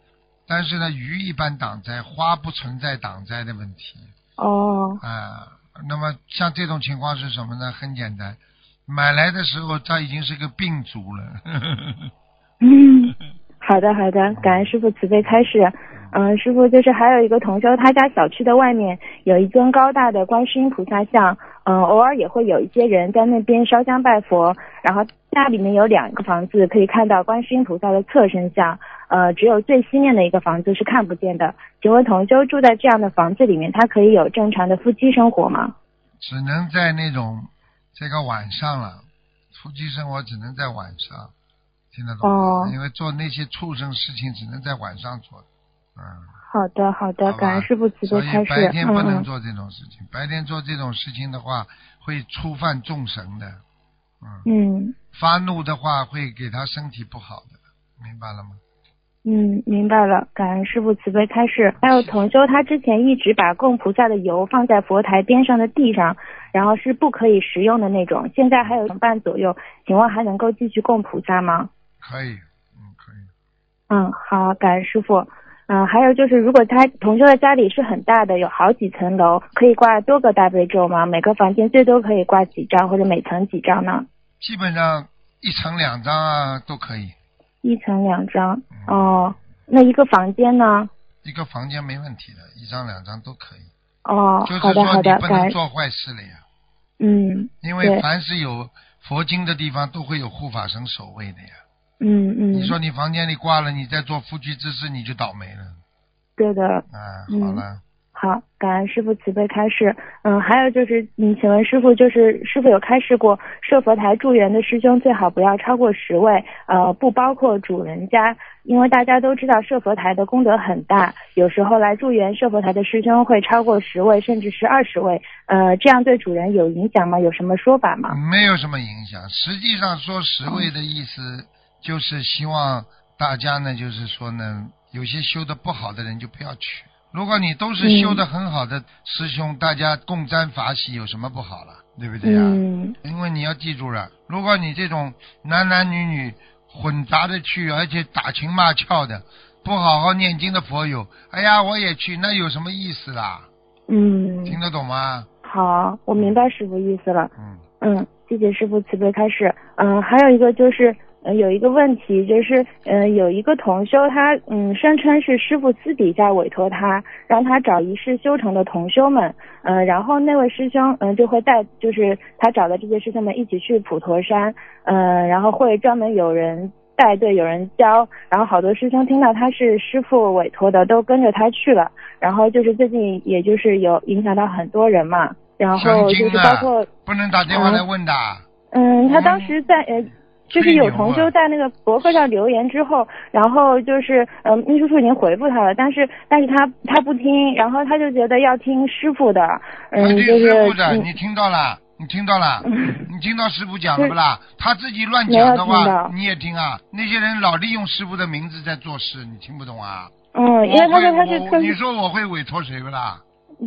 [SPEAKER 2] 但是呢，鱼一般挡灾，花不存在挡灾的问题
[SPEAKER 4] 哦
[SPEAKER 2] 啊。那么像这种情况是什么呢？很简单，买来的时候它已经是个病足了。
[SPEAKER 4] 嗯， 好的好的，感恩师傅慈悲开示。嗯，师傅就是还有一个同修，他家小区的外面有一尊高大的观世音菩萨像，嗯，偶尔也会有一些人在那边烧香拜佛。然后家里面有两个房子可以看到观世音菩萨的侧身像，呃，只有最西面的一个房子是看不见的。请问同修住在这样的房子里面，他可以有正常的夫妻生活吗？
[SPEAKER 2] 只能在那种这个晚上了，夫妻生活只能在晚上，听得懂吗？
[SPEAKER 4] 哦
[SPEAKER 2] 因为做那些畜生事情只能在晚上做，嗯，
[SPEAKER 4] 好的好的，
[SPEAKER 2] 好吧
[SPEAKER 4] 感恩师傅慈悲
[SPEAKER 2] 所以
[SPEAKER 4] 开示。
[SPEAKER 2] 白天不
[SPEAKER 4] 嗯
[SPEAKER 2] 能
[SPEAKER 4] 嗯。
[SPEAKER 2] 做这种事情，白天做这种事情的话会触犯众神的，嗯，
[SPEAKER 4] 嗯
[SPEAKER 2] 发怒的话会给他身体不好的，明白了吗？
[SPEAKER 4] 嗯，明白了，感恩师傅慈悲开示。还有同修，他之前一直把供菩萨的油放在佛台边上的地上，然后是不可以食用的那种，现在还有一半左右，请问还能够继续供菩萨吗？
[SPEAKER 2] 可以，嗯，可以，
[SPEAKER 4] 嗯，好，感恩师傅。嗯、还有就是，如果他同修的家里是很大的，有好几层楼，可以挂多个大悲咒吗？每个房间最多可以挂几张，或者每层几张呢？
[SPEAKER 2] 基本上一层两张啊都可以，
[SPEAKER 4] 一层两张。哦，那一个房间呢？
[SPEAKER 2] 一个房间没问题的，一张两张都可以。
[SPEAKER 4] 哦
[SPEAKER 2] 就，是
[SPEAKER 4] 好的
[SPEAKER 2] 说
[SPEAKER 4] 好
[SPEAKER 2] 你
[SPEAKER 4] 的，
[SPEAKER 2] 不
[SPEAKER 4] 感
[SPEAKER 2] 能
[SPEAKER 4] 恩。
[SPEAKER 2] 做坏事了呀，
[SPEAKER 4] 嗯
[SPEAKER 2] 因
[SPEAKER 4] 对
[SPEAKER 2] 为凡是有佛经的地方都会有护法神守卫的呀。
[SPEAKER 4] 嗯嗯。
[SPEAKER 2] 你说你房间里挂了，你再做夫妻之事你就倒霉了
[SPEAKER 4] 对的，
[SPEAKER 2] 啊！
[SPEAKER 4] 嗯
[SPEAKER 2] 好了，
[SPEAKER 4] 好，感恩师傅慈悲开示。嗯，还有就是，嗯，请问师傅，就是师傅有开示过，设佛台助缘的师兄最好不要超过十位，呃，不包括主人家，因为大家都知道设佛台的功德很大，有时候来助缘设佛台的师兄会超过十位，甚至是二十位，呃，这样对主人有影响吗？有什么说法吗？
[SPEAKER 2] 没有什么影响。实际上说十位的意思，就是希望大家呢，就是说呢，有些修的不好的人就不要去。如果你都是修的很好的师兄，大家共沾法喜，有什么不好了？对不对哎呀、
[SPEAKER 4] 嗯
[SPEAKER 2] 因为你要记住了，如果你这种男男女女混杂着去，而且打情骂俏的，不好好念经的佛友，哎呀，我也去，那有什么意思啦？
[SPEAKER 4] 嗯，
[SPEAKER 2] 听得懂吗？
[SPEAKER 4] 好，我明白师傅意思了。
[SPEAKER 2] 嗯，
[SPEAKER 4] 嗯，谢谢师傅慈悲开示。嗯，还有一个就是，呃，有一个问题就是，呃，有一个同修他，嗯，声称是师傅私底下委托他，让他找一世修成的同修们，呃，然后那位师兄，嗯、就会带，就是他找的这些师兄们一起去普陀山，呃，然后会专门有人。带队有人教，然后好多师兄听到他是师傅委托的，都跟着他去了。然后就是最近，也就是有影响到很多人嘛。然后
[SPEAKER 2] 神
[SPEAKER 4] 就
[SPEAKER 2] 经
[SPEAKER 4] 是包
[SPEAKER 2] 啊
[SPEAKER 4] 括，
[SPEAKER 2] 不能打电话来
[SPEAKER 4] 嗯
[SPEAKER 2] 问的。
[SPEAKER 4] 嗯，他当时在呃，就是
[SPEAKER 2] 吹
[SPEAKER 4] 有
[SPEAKER 2] 牛
[SPEAKER 4] 同
[SPEAKER 2] 啊
[SPEAKER 4] 修在那个博客上留言之后，然后就是嗯，秘书处已经回复他了，但是但是他他不听，然后他就觉得要听师傅的，
[SPEAKER 2] 他
[SPEAKER 4] 嗯，
[SPEAKER 2] 听
[SPEAKER 4] 就是
[SPEAKER 2] 哎师傅的，
[SPEAKER 4] 嗯
[SPEAKER 2] 你听到了？你听到了？你听到师傅讲了不啦？他自己乱
[SPEAKER 4] 没
[SPEAKER 2] 讲的
[SPEAKER 4] 有听到
[SPEAKER 2] 话，你也听啊？那些人老利用师傅的名字在做事，你听不懂啊？
[SPEAKER 4] 嗯，因为他说他是
[SPEAKER 2] 我
[SPEAKER 4] 特
[SPEAKER 2] 我你说我会委托谁不啦？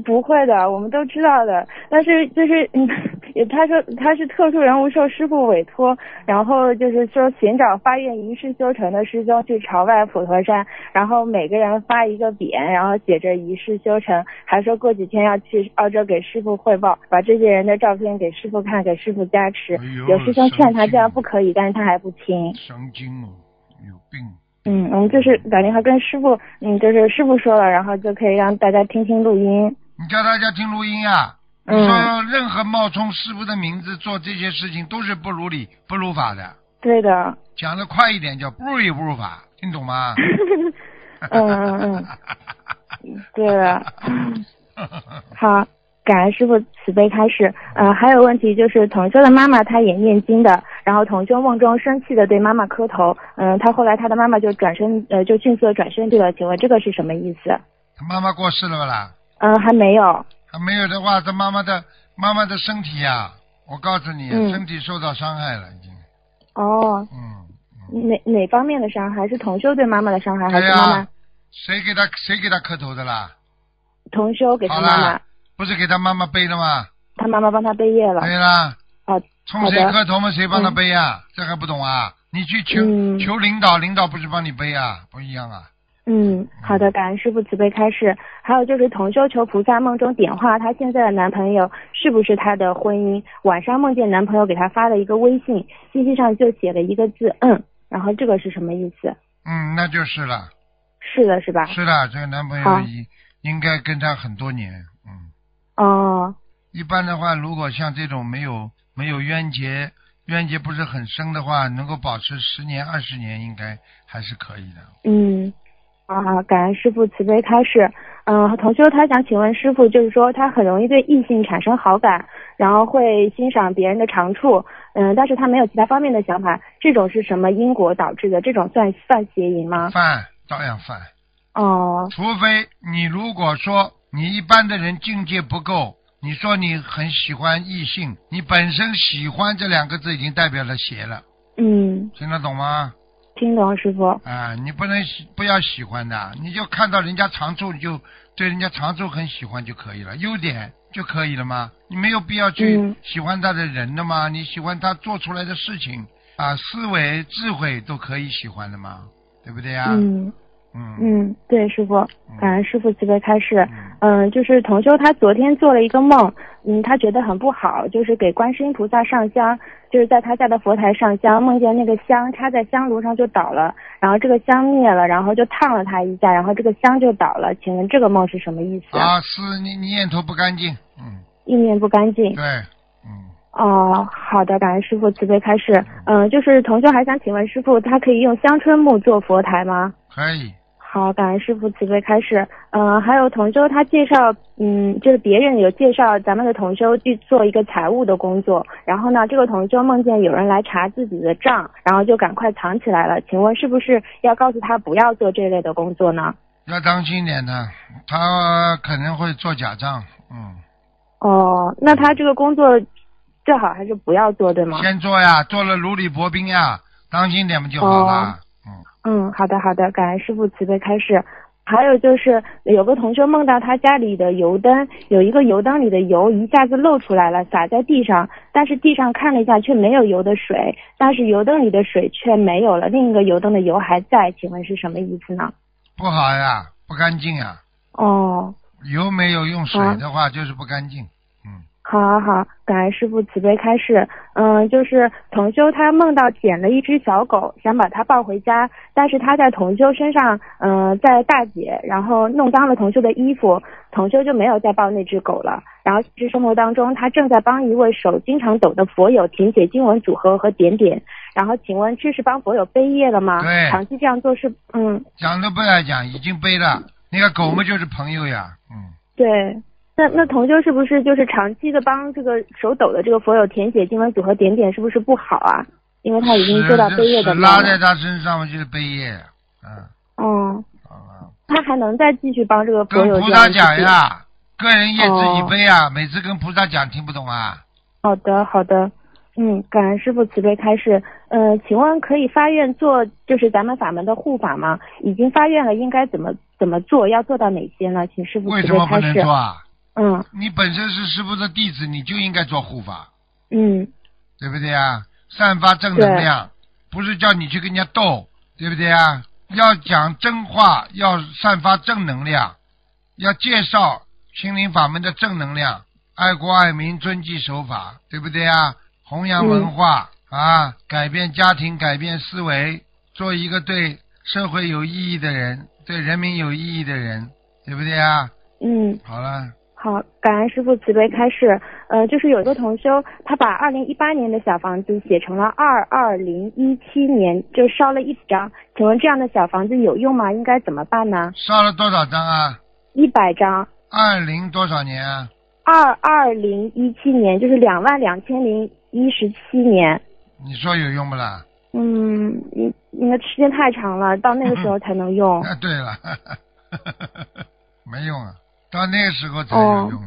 [SPEAKER 4] 不会的，我们都知道的。但是就是， 嗯，也他说他是特殊人物，受师傅委托，然后就是说寻找发愿一世修成的师兄去朝外普陀山，然后每个人发一个匾，然后写着一世修成，还说过几天要去澳洲给师傅汇报，把这些人的照片给师傅看，给师傅加持
[SPEAKER 2] 哎。呦
[SPEAKER 4] 有师兄劝他
[SPEAKER 2] 神经
[SPEAKER 4] 这样不可以，但是他还不听。
[SPEAKER 2] 神经哦，有病。
[SPEAKER 4] 嗯，我们就是打电话跟师傅，嗯，就是师傅说了，然后就可以让大家听听录音。
[SPEAKER 2] 你叫大家听录音啊！你
[SPEAKER 4] 嗯
[SPEAKER 2] 说任何冒充师傅的名字做这些事情都是不如理、不如法的。
[SPEAKER 4] 对的。
[SPEAKER 2] 讲的快一点叫不如理不如法，听懂 吗？
[SPEAKER 4] 嗯嗯嗯，对了，好，感恩师傅慈悲开始。呃，还有问题就是同修的妈妈她也念经的，然后同修梦中生气的对妈妈磕头，嗯、他后来他的妈妈就转身，呃，就迅速地转身去了。请问这个是什么意思？
[SPEAKER 2] 他妈妈过世了不啦？
[SPEAKER 4] 嗯、还没有。
[SPEAKER 2] 他没有的话，他妈妈的妈妈的身体呀、我告诉你、
[SPEAKER 4] 嗯
[SPEAKER 2] 身体受到伤害了，已经。
[SPEAKER 4] 哦，
[SPEAKER 2] 嗯，
[SPEAKER 4] 哪哪方面的伤害？是同修对妈妈的伤啊害，还
[SPEAKER 2] 对
[SPEAKER 4] 是
[SPEAKER 2] 哎呀、
[SPEAKER 4] 妈妈
[SPEAKER 2] 谁给他谁给他磕头的啦？
[SPEAKER 4] 同修给他
[SPEAKER 2] 好
[SPEAKER 4] 妈
[SPEAKER 2] 啦
[SPEAKER 4] 妈，，
[SPEAKER 2] 不是给他妈妈背的吗？
[SPEAKER 4] 他妈妈帮他背业了？
[SPEAKER 2] 对啦，
[SPEAKER 4] 哦，
[SPEAKER 2] 冲
[SPEAKER 4] 好
[SPEAKER 2] 谁
[SPEAKER 4] 的
[SPEAKER 2] 磕头嘛，谁帮他背呀、这还不懂啊？你去求、
[SPEAKER 4] 嗯
[SPEAKER 2] 求领导，领导不是帮你背啊，不一样啊。
[SPEAKER 4] 嗯，好的，感恩师傅慈悲开示。还有就是同修求菩萨梦中点化她现在的男朋友是不是她的婚姻。晚上梦见男朋友给她发了一个微信，信息上就写了一个字“嗯”，然后这个是什么意思？
[SPEAKER 2] 嗯，那就是了，
[SPEAKER 4] 是的，是吧？
[SPEAKER 2] 是的，这个男朋友
[SPEAKER 4] 好
[SPEAKER 2] 应应该跟他很多年，嗯。
[SPEAKER 4] 哦，
[SPEAKER 2] 一般的话，如果像这种没有没有冤结，冤结不是很深的话，能够保持十年二十年，应该还是可以的。
[SPEAKER 4] 嗯，啊，感恩师傅慈悲开示。嗯，同修他想请问师傅，就是说他很容易对异性产生好感，然后会欣赏别人的长处，嗯，但是他没有其他方面的想法，这种是什么因果导致的？这种算算邪淫吗？
[SPEAKER 2] 犯照样犯，
[SPEAKER 4] 哦，
[SPEAKER 2] 除非你如果说你一般的人境界不够，你说你很喜欢异性，你本身喜欢这两个字已经代表了邪了，
[SPEAKER 4] 嗯，
[SPEAKER 2] 听得懂吗？
[SPEAKER 4] 听懂师傅。
[SPEAKER 2] 啊，你不能喜不要喜欢的，你就看到人家长处，你就对人家长处很喜欢就可以了，优点就可以了吗？你没有必要去
[SPEAKER 4] 嗯
[SPEAKER 2] 喜欢他的人的吗？你喜欢他做出来的事情啊，思维、智慧都可以喜欢的吗？对不对呀？
[SPEAKER 4] 嗯
[SPEAKER 2] 嗯
[SPEAKER 4] 嗯，对师傅，感恩师傅慈悲开示。
[SPEAKER 2] 嗯
[SPEAKER 4] 嗯，就是同修他昨天做了一个梦，嗯，他觉得很不好，就是给观世音菩萨上香，就是在他家的佛台上香，梦见那个香插在香炉上就倒了，然后这个香灭了，然后就烫了他一下，然后这个香就倒了。请问这个梦是什么意思？
[SPEAKER 2] 啊，是你你念头不干净，嗯，
[SPEAKER 4] 意念不干净。
[SPEAKER 2] 对，嗯，
[SPEAKER 4] 哦，好的，感恩师傅慈悲开示。嗯、就是同修还想请问师傅，他可以用香椿木做佛台吗？
[SPEAKER 2] 可以，
[SPEAKER 4] 好，感恩师傅慈悲开始。呃，还有同修他介绍，嗯，就是别人有介绍咱们的同修去做一个财务的工作，然后呢，这个同修梦见有人来查自己的账，然后就赶快藏起来了。请问是不是要告诉他不要做这类的工作呢？
[SPEAKER 2] 要当心点的，他可能会做假账，嗯。
[SPEAKER 4] 哦，那他这个工作最好还是不要做，对吗？
[SPEAKER 2] 先做呀，做了如履薄冰呀，当心点不就好了？嗯，
[SPEAKER 4] 嗯，好的好的，感恩师傅慈悲开示。还有就是有个同学梦到他家里的油灯，有一个油灯里的油一下子漏出来了，洒在地上，但是地上看了一下却没有油的水，但是油灯里的水却没有了，另一个油灯的油还在，请问是什么意思呢？
[SPEAKER 2] 不好呀，不干净呀，
[SPEAKER 4] 哦，
[SPEAKER 2] 油没有用水的话就是不干净。嗯，
[SPEAKER 4] 好好好，感恩师傅慈悲开示。嗯，就是同修他梦到捡了一只小狗，想把它抱回家，但是他在同修身上，嗯、在大姐，然后弄脏了同修的衣服，同修就没有再抱那只狗了。然后现实生活当中，他正在帮一位手经常抖的佛友填写经文组合和点点。然后，请问这是帮佛友背业了吗？
[SPEAKER 2] 对
[SPEAKER 4] 长期这样做是，嗯，
[SPEAKER 2] 讲都不要讲，已经背了。那个狗嘛就是朋友呀，嗯，
[SPEAKER 4] 对。那那同修是不是就是长期的帮这个手抖的这个佛友填写经文组合点点，是不是不好啊？因为他已经做到飞跃
[SPEAKER 2] 屎
[SPEAKER 4] 的
[SPEAKER 2] 拉
[SPEAKER 4] 梦
[SPEAKER 2] 在
[SPEAKER 4] 了。
[SPEAKER 2] 他身上嘛，就是背业，嗯，
[SPEAKER 4] 嗯，
[SPEAKER 2] 好吧。
[SPEAKER 4] 他还能再继续帮这个佛
[SPEAKER 2] 跟
[SPEAKER 4] 友
[SPEAKER 2] 菩
[SPEAKER 4] 这
[SPEAKER 2] 萨
[SPEAKER 4] 样去
[SPEAKER 2] 讲
[SPEAKER 4] 做
[SPEAKER 2] 呀，个人业自己
[SPEAKER 4] 哦
[SPEAKER 2] 背啊，每次跟菩萨讲听不懂啊，
[SPEAKER 4] 好的，好的。嗯，感恩师傅慈悲开示。呃，请问可以发愿做就是咱们法门的护法吗？已经发愿了，应该怎么怎么做？要做到哪些呢？请师傅
[SPEAKER 2] 为
[SPEAKER 4] 慈
[SPEAKER 2] 什
[SPEAKER 4] 悲
[SPEAKER 2] 么不
[SPEAKER 4] 开
[SPEAKER 2] 能
[SPEAKER 4] 示。
[SPEAKER 2] 做啊？
[SPEAKER 4] 嗯
[SPEAKER 2] 你本身是师傅的弟子，你就应该做护法，
[SPEAKER 4] 嗯
[SPEAKER 2] 对不对啊？散发正能量，不是叫你去跟人家斗，对不对啊？要讲真话，要散发正能量，要介绍心灵法门的正能量，爱国爱民，遵纪守法，对不对啊？弘扬文化、啊，改变家庭，改变思维，做一个对社会有意义的人，对人民有意义的人，对不对啊？
[SPEAKER 4] 嗯，
[SPEAKER 2] 好了，
[SPEAKER 4] 好，感恩师傅慈悲开示。呃，就是有一个同修，他把二零一八年的小房子写成了二二零一七年，就烧了一张。请问这样的小房子有用吗？应该怎么办呢？
[SPEAKER 2] 烧了多少张啊？
[SPEAKER 4] 一百张，
[SPEAKER 2] 二零多少年啊？
[SPEAKER 4] 二二零一七年就是两万两千零一十七年。
[SPEAKER 2] 你说有用不啦？
[SPEAKER 4] 嗯，你你的时间太长了，到那个时候才 能用。
[SPEAKER 2] 啊，对了，没用啊，到那个时候才有用。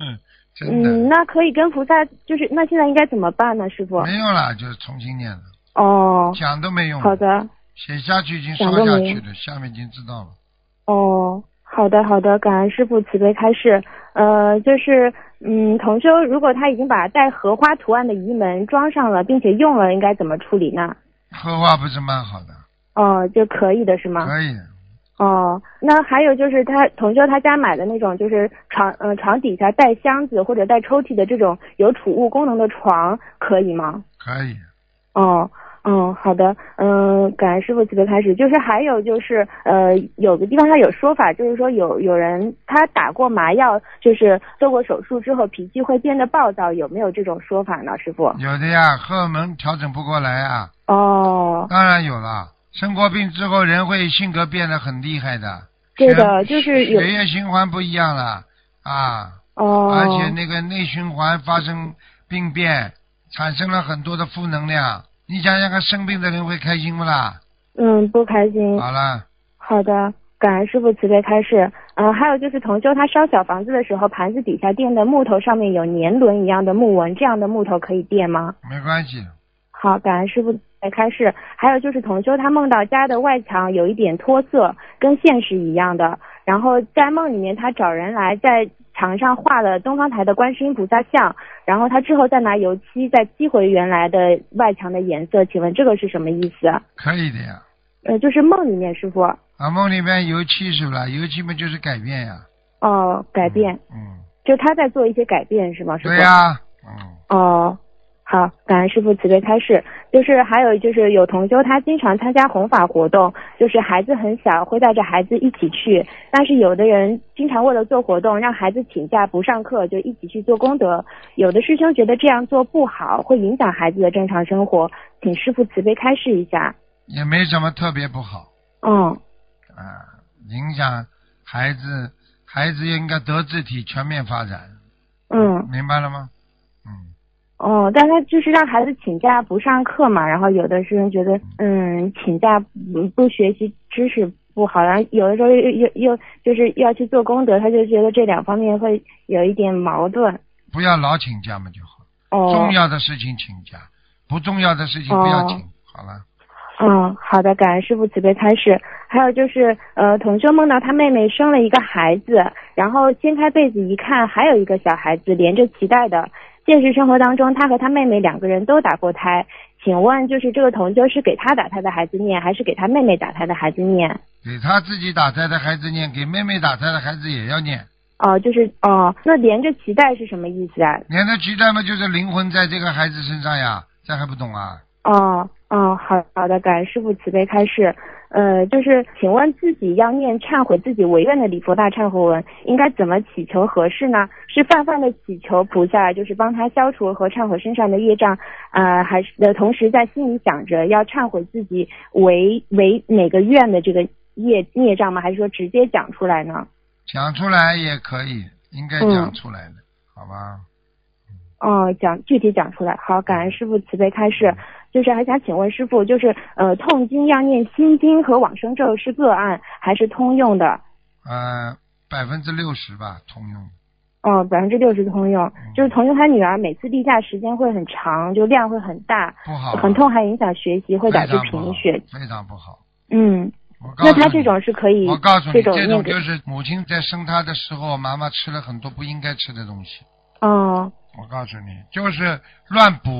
[SPEAKER 2] 嗯， 真的、
[SPEAKER 4] 哦嗯，那可以跟菩萨，就是那现在应该怎么办呢，师傅？
[SPEAKER 2] 没用了，就是重新念了，
[SPEAKER 4] 哦，
[SPEAKER 2] 讲都没用了。
[SPEAKER 4] 好的。
[SPEAKER 2] 写下去已经烧
[SPEAKER 4] 讲
[SPEAKER 2] 下
[SPEAKER 4] 都没
[SPEAKER 2] 去
[SPEAKER 4] 用
[SPEAKER 2] 了，下面已经知道了。
[SPEAKER 4] 哦，好的好的，感恩师傅慈悲开示。呃，就是嗯，同修如果他已经把带荷花图案的仪门装上了，并且用了，应该怎么处理呢？
[SPEAKER 2] 荷花不是蛮好的，
[SPEAKER 4] 哦，就可以的是吗？
[SPEAKER 2] 可以。
[SPEAKER 4] 哦，那还有就是他同修他家买的那种，就是床嗯、呃、床底下带箱子或者带抽屉的这种有储物功能的床，可以吗？
[SPEAKER 2] 可以，
[SPEAKER 4] 哦，嗯，好的，嗯，感恩师傅慈悲开始。就是还有就是，呃，有个地方他有说法，就是说有有人他打过麻药，就是做过手术之后脾气会变得暴躁，有没有这种说法呢，师傅？
[SPEAKER 2] 有的呀，荷尔蒙调整不过来啊，
[SPEAKER 4] 哦，
[SPEAKER 2] 当然有了。生过病之后，人会性格变得很厉害的。
[SPEAKER 4] 对
[SPEAKER 2] 血
[SPEAKER 4] 的，就是有
[SPEAKER 2] 血液循环不一样了啊，
[SPEAKER 4] 哦，
[SPEAKER 2] 而且那个内循环发生病变，产生了很多的负能量。你想想看，生病的人会开心不啦？
[SPEAKER 4] 嗯，不开心。
[SPEAKER 2] 好了，
[SPEAKER 4] 好的，感恩师傅慈悲开示。嗯、还有就是同修他烧小房子的时候，盘子底下垫的木头上面有年轮一样的木纹，这样的木头可以垫吗？
[SPEAKER 2] 没关系，
[SPEAKER 4] 好，感恩师傅来开示。还有就是同修他梦到家的外墙有一点脱色，跟现实一样的。然后在梦里面，他找人来在墙上画了东方台的观世音菩萨像，然后他之后再拿油漆再漆回原来的外墙的颜色。请问这个是什么意思？
[SPEAKER 2] 可以的呀。
[SPEAKER 4] 呃，就是梦里面师傅
[SPEAKER 2] 啊，梦里面油漆是不啦？油漆嘛就是改变呀。
[SPEAKER 4] 哦改变，
[SPEAKER 2] 嗯，
[SPEAKER 4] 就他在做一些改变是吗？师傅
[SPEAKER 2] 对呀、嗯，
[SPEAKER 4] 哦，好，感恩师傅慈悲开示。就是还有就是有同修他经常参加弘法活动，就是孩子很小会带着孩子一起去，但是有的人经常为了做活动让孩子请假不上课就一起去做功德，有的师兄觉得这样做不好，会影响孩子的正常生活，请师傅慈悲开示一下。
[SPEAKER 2] 也没什么特别不好
[SPEAKER 4] 嗯，
[SPEAKER 2] 啊，影响孩子，孩子应该德智体全面发展，
[SPEAKER 4] 嗯，
[SPEAKER 2] 明白了吗？嗯，
[SPEAKER 4] 哦，但他就是让孩子请假不上课嘛，然后有的师兄觉得，嗯，请假不不学习知识不好，然后有的时候又又又就是要去做功德，他就觉得这两方面会有一点矛盾。
[SPEAKER 2] 不要老请假嘛就好。
[SPEAKER 4] 哦
[SPEAKER 2] 重，要的事情请假，不重要的事情不要
[SPEAKER 4] 哦
[SPEAKER 2] 请。好了，
[SPEAKER 4] 嗯，好的，感恩师傅慈悲开示。还有就是，呃，同修梦到他妹妹生了一个孩子，然后掀开被子一看，还有一个小孩子连着脐带的。现实生活当中，他和他妹妹两个人都打过胎。请问，就是这个同修是给他打胎的孩子念，还是给他妹妹打胎的孩子念？
[SPEAKER 2] 给他自己打胎的孩子念，给妹妹打胎的孩子也要念。
[SPEAKER 4] 哦、就是哦、那连着脐带是什么意思啊？
[SPEAKER 2] 连着脐带嘛，就是灵魂在这个孩子身上呀，这还不懂啊？
[SPEAKER 4] 哦哦，好好的，感恩师傅慈悲开示。呃，就是请问自己要念忏悔自己违愿的礼佛大忏悔文，应该怎么祈求合适呢？是泛泛的祈求菩萨，就是帮他消除和忏悔身上的业障，呃，还是呃同时在心里想着要忏悔自己违违哪个愿的这个业孽障吗？还是说直接讲出来呢？
[SPEAKER 2] 讲出来也可以，应该
[SPEAKER 4] 嗯
[SPEAKER 2] 讲出来的，好吧？
[SPEAKER 4] 嗯，讲具体讲出来。好，感恩师傅慈悲开示。就是还想请问师傅，就是呃，痛经要念心经和往生咒是个案还是通用的？
[SPEAKER 2] 呃，百分之六十吧，通用。
[SPEAKER 4] 嗯，百分之六十通用。就是同修他女儿每次例假时间会很长，就量会很大，
[SPEAKER 2] 不好啊，
[SPEAKER 4] 很痛，还影响学习，会
[SPEAKER 2] 非
[SPEAKER 4] 导
[SPEAKER 2] 常
[SPEAKER 4] 致
[SPEAKER 2] 不好
[SPEAKER 4] 贫血。
[SPEAKER 2] 非常不好。
[SPEAKER 4] 嗯，
[SPEAKER 2] 我告诉
[SPEAKER 4] 那
[SPEAKER 2] 你，
[SPEAKER 4] 他这种是可以
[SPEAKER 2] 我告诉你，
[SPEAKER 4] 这种
[SPEAKER 2] 这
[SPEAKER 4] 念
[SPEAKER 2] 种
[SPEAKER 4] 给
[SPEAKER 2] 就是母亲在生他的时候，妈妈吃了很多不应该吃的东西。
[SPEAKER 4] 哦
[SPEAKER 2] 我告诉你，就是乱补，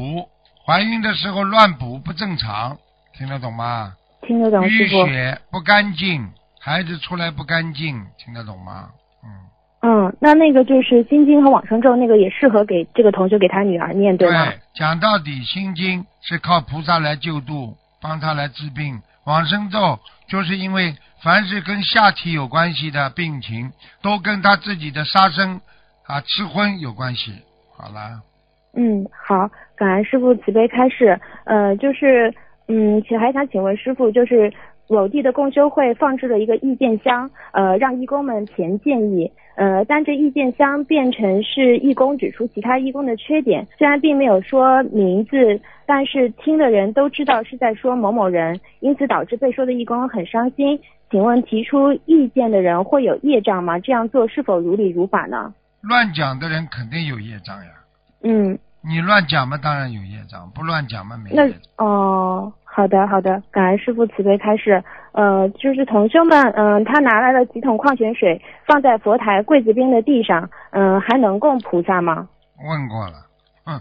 [SPEAKER 2] 怀孕的时候乱补不正常，听得懂吗？
[SPEAKER 4] 听得懂师
[SPEAKER 2] 淤
[SPEAKER 4] 傅。
[SPEAKER 2] 血不干净，孩子出来不干净，听得懂吗？嗯，
[SPEAKER 4] 嗯，那那个就是心经和往生咒那个也适合给这个同学给他女儿念对啊吗？
[SPEAKER 2] 讲到底，《心经》是靠菩萨来救度，帮他来治病；往生咒就是因为凡是跟下体有关系的病情，都跟他自己的杀生啊、吃荤有关系。好了，
[SPEAKER 4] 嗯，好，感恩师傅慈悲开示。呃，就是嗯，请还想请问师傅，就是某地的共修会放置了一个意见箱，呃，让义工们填建议。呃，但这意见箱变成是义工指出其他义工的缺点，虽然并没有说名字，但是听的人都知道是在说某某人，因此导致被说的义工很伤心。请问提出意见的人会有业障吗？这样做是否如理如法呢？
[SPEAKER 2] 乱讲的人肯定有业障呀。
[SPEAKER 4] 嗯，
[SPEAKER 2] 你乱讲嘛，当然有业障；不乱讲嘛，没
[SPEAKER 4] 那
[SPEAKER 2] 业障。
[SPEAKER 4] 哦，好的好的，感恩师傅慈悲开示。呃，就是同修们，嗯、他拿来了几桶矿泉水，放在佛台柜子边的地上，嗯、还能供菩萨吗？
[SPEAKER 2] 问过了，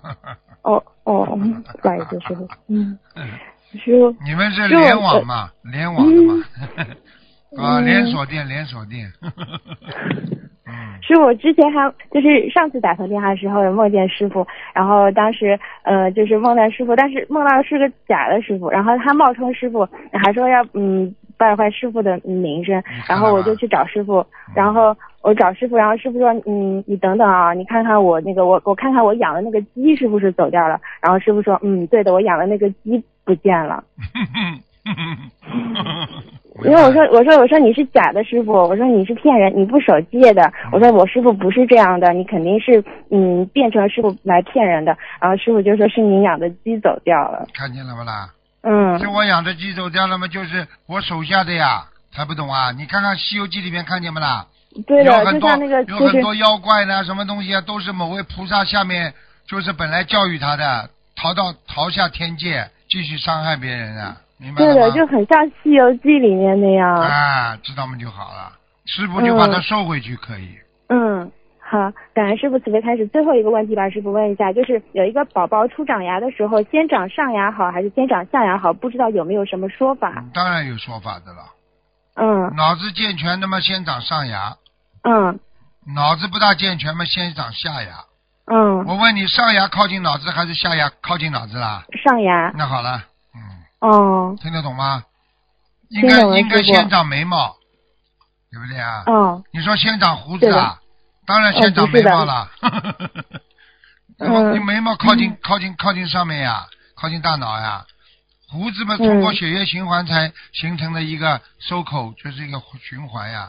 [SPEAKER 4] 哦哦，嗯不好意思，师傅，嗯，师傅，
[SPEAKER 2] 你们是
[SPEAKER 4] 就嗯
[SPEAKER 2] 联网嘛？联网的嘛？ 啊，连锁店，连锁 店。嗯，
[SPEAKER 4] 是我之前还就是上次打通电话的时候有梦见师傅，然后当时呃就是梦到师傅，但是梦到是个假的师傅，然后他冒充师傅，还说要嗯败坏师傅的名声
[SPEAKER 2] 看，嗯
[SPEAKER 4] 然后我
[SPEAKER 2] 到
[SPEAKER 4] 就
[SPEAKER 2] 了
[SPEAKER 4] 去找师傅，然后我找师傅，然后师傅说嗯你等等啊，你看看我那个我我看看我养的那个鸡是不是走掉了，然后师傅说嗯对的，我养的那个鸡不见了。因为我说我说我说你是假的师傅，我说你是骗人，你不守戒的。
[SPEAKER 2] 嗯
[SPEAKER 4] 我说我师傅不是这样的，你肯定是嗯变成师傅来骗人的。然后师傅就说是你养的鸡走掉了。
[SPEAKER 2] 看见了不啦？
[SPEAKER 4] 嗯
[SPEAKER 2] 是我养的鸡走掉了吗？就是我手下的呀，还不懂啊？你看看《西游记》里面看见不啦？
[SPEAKER 4] 对
[SPEAKER 2] 有
[SPEAKER 4] 的，
[SPEAKER 2] 很
[SPEAKER 4] 就
[SPEAKER 2] 多
[SPEAKER 4] 像那个
[SPEAKER 2] 有
[SPEAKER 4] 就
[SPEAKER 2] 很
[SPEAKER 4] 是
[SPEAKER 2] 多妖怪呢，什么东西啊，都是某位菩萨下面，就是本来教育他的，逃到逃下天界，继续伤害别人啊，明白
[SPEAKER 4] 对
[SPEAKER 2] 了吗？
[SPEAKER 4] 的，就很像《西游记》里面那样。
[SPEAKER 2] 啊，知道吗就好了，师傅就把它收回去可以。
[SPEAKER 4] 嗯，好，感恩师傅慈悲开始。最后一个问题吧，师傅问一下，就是有一个宝宝初长牙的时候，先长上牙好还是先长下牙好？不知道有没有什么说法？
[SPEAKER 2] 嗯当然有说法的了，
[SPEAKER 4] 嗯
[SPEAKER 2] 脑子健全的嘛，先长上牙；
[SPEAKER 4] 嗯
[SPEAKER 2] 脑子不大健全嘛，先长下牙。
[SPEAKER 4] 嗯，
[SPEAKER 2] 我问你，上牙靠近脑子还是下牙靠近脑子啦？
[SPEAKER 4] 上牙。
[SPEAKER 2] 那好了，嗯，
[SPEAKER 4] 哦
[SPEAKER 2] 听得懂吗？应
[SPEAKER 4] 听
[SPEAKER 2] 该
[SPEAKER 4] 懂了
[SPEAKER 2] 应该
[SPEAKER 4] 师傅
[SPEAKER 2] 先长眉毛，对不对啊？
[SPEAKER 4] 哦。
[SPEAKER 2] 你说先长胡子
[SPEAKER 4] 对
[SPEAKER 2] 啊
[SPEAKER 4] 的？哦
[SPEAKER 2] 当然先长眉毛 了。
[SPEAKER 4] 嗯
[SPEAKER 2] 然后你眉毛靠近靠近靠近上面呀，靠近大脑呀。胡子嘛，通过
[SPEAKER 4] 嗯
[SPEAKER 2] 血液循环才形成的一个收口，就是一个循环呀，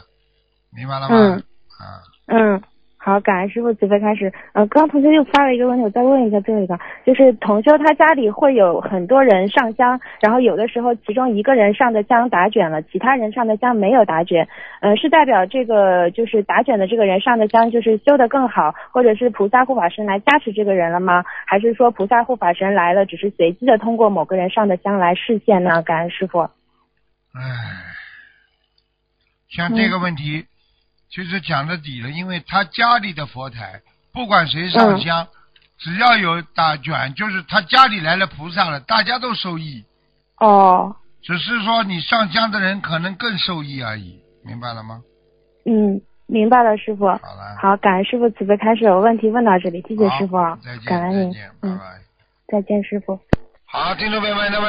[SPEAKER 2] 明白了吗？
[SPEAKER 4] 嗯
[SPEAKER 2] 啊，
[SPEAKER 4] 嗯，好，感恩师傅慈悲开始。呃，刚刚同修又发了一个问题，我再问一下最后一个，就是同修他家里会有很多人上香，然后有的时候其中一个人上的香打卷了，其他人上的香没有打卷，呃，是代表这个就是打卷的这个人上的香就是修得更好，或者是菩萨护法神来加持这个人了吗？还是说菩萨护法神来了，只是随机的通过某个人上的香来示现呢？感恩师傅。
[SPEAKER 2] 唉，像
[SPEAKER 4] 嗯
[SPEAKER 2] 这个问题，其实讲到底了，因为他家里的佛台，不管谁上
[SPEAKER 4] 嗯
[SPEAKER 2] 香，只要有打卷，就是他家里来了菩萨了，大家都受益。
[SPEAKER 4] 哦，
[SPEAKER 2] 只是说你上香的人可能更受益而已，明白了吗？
[SPEAKER 4] 嗯，明白了，师傅。
[SPEAKER 2] 好了，
[SPEAKER 4] 好，感恩师傅慈悲开示，我问题问到这里，谢谢师傅啊
[SPEAKER 2] 好再，见，
[SPEAKER 4] 感恩
[SPEAKER 2] 再
[SPEAKER 4] 您
[SPEAKER 2] 见，，拜
[SPEAKER 4] 嗯，
[SPEAKER 2] 拜。
[SPEAKER 4] 再见，师傅。
[SPEAKER 2] 好，听众朋友们，那么。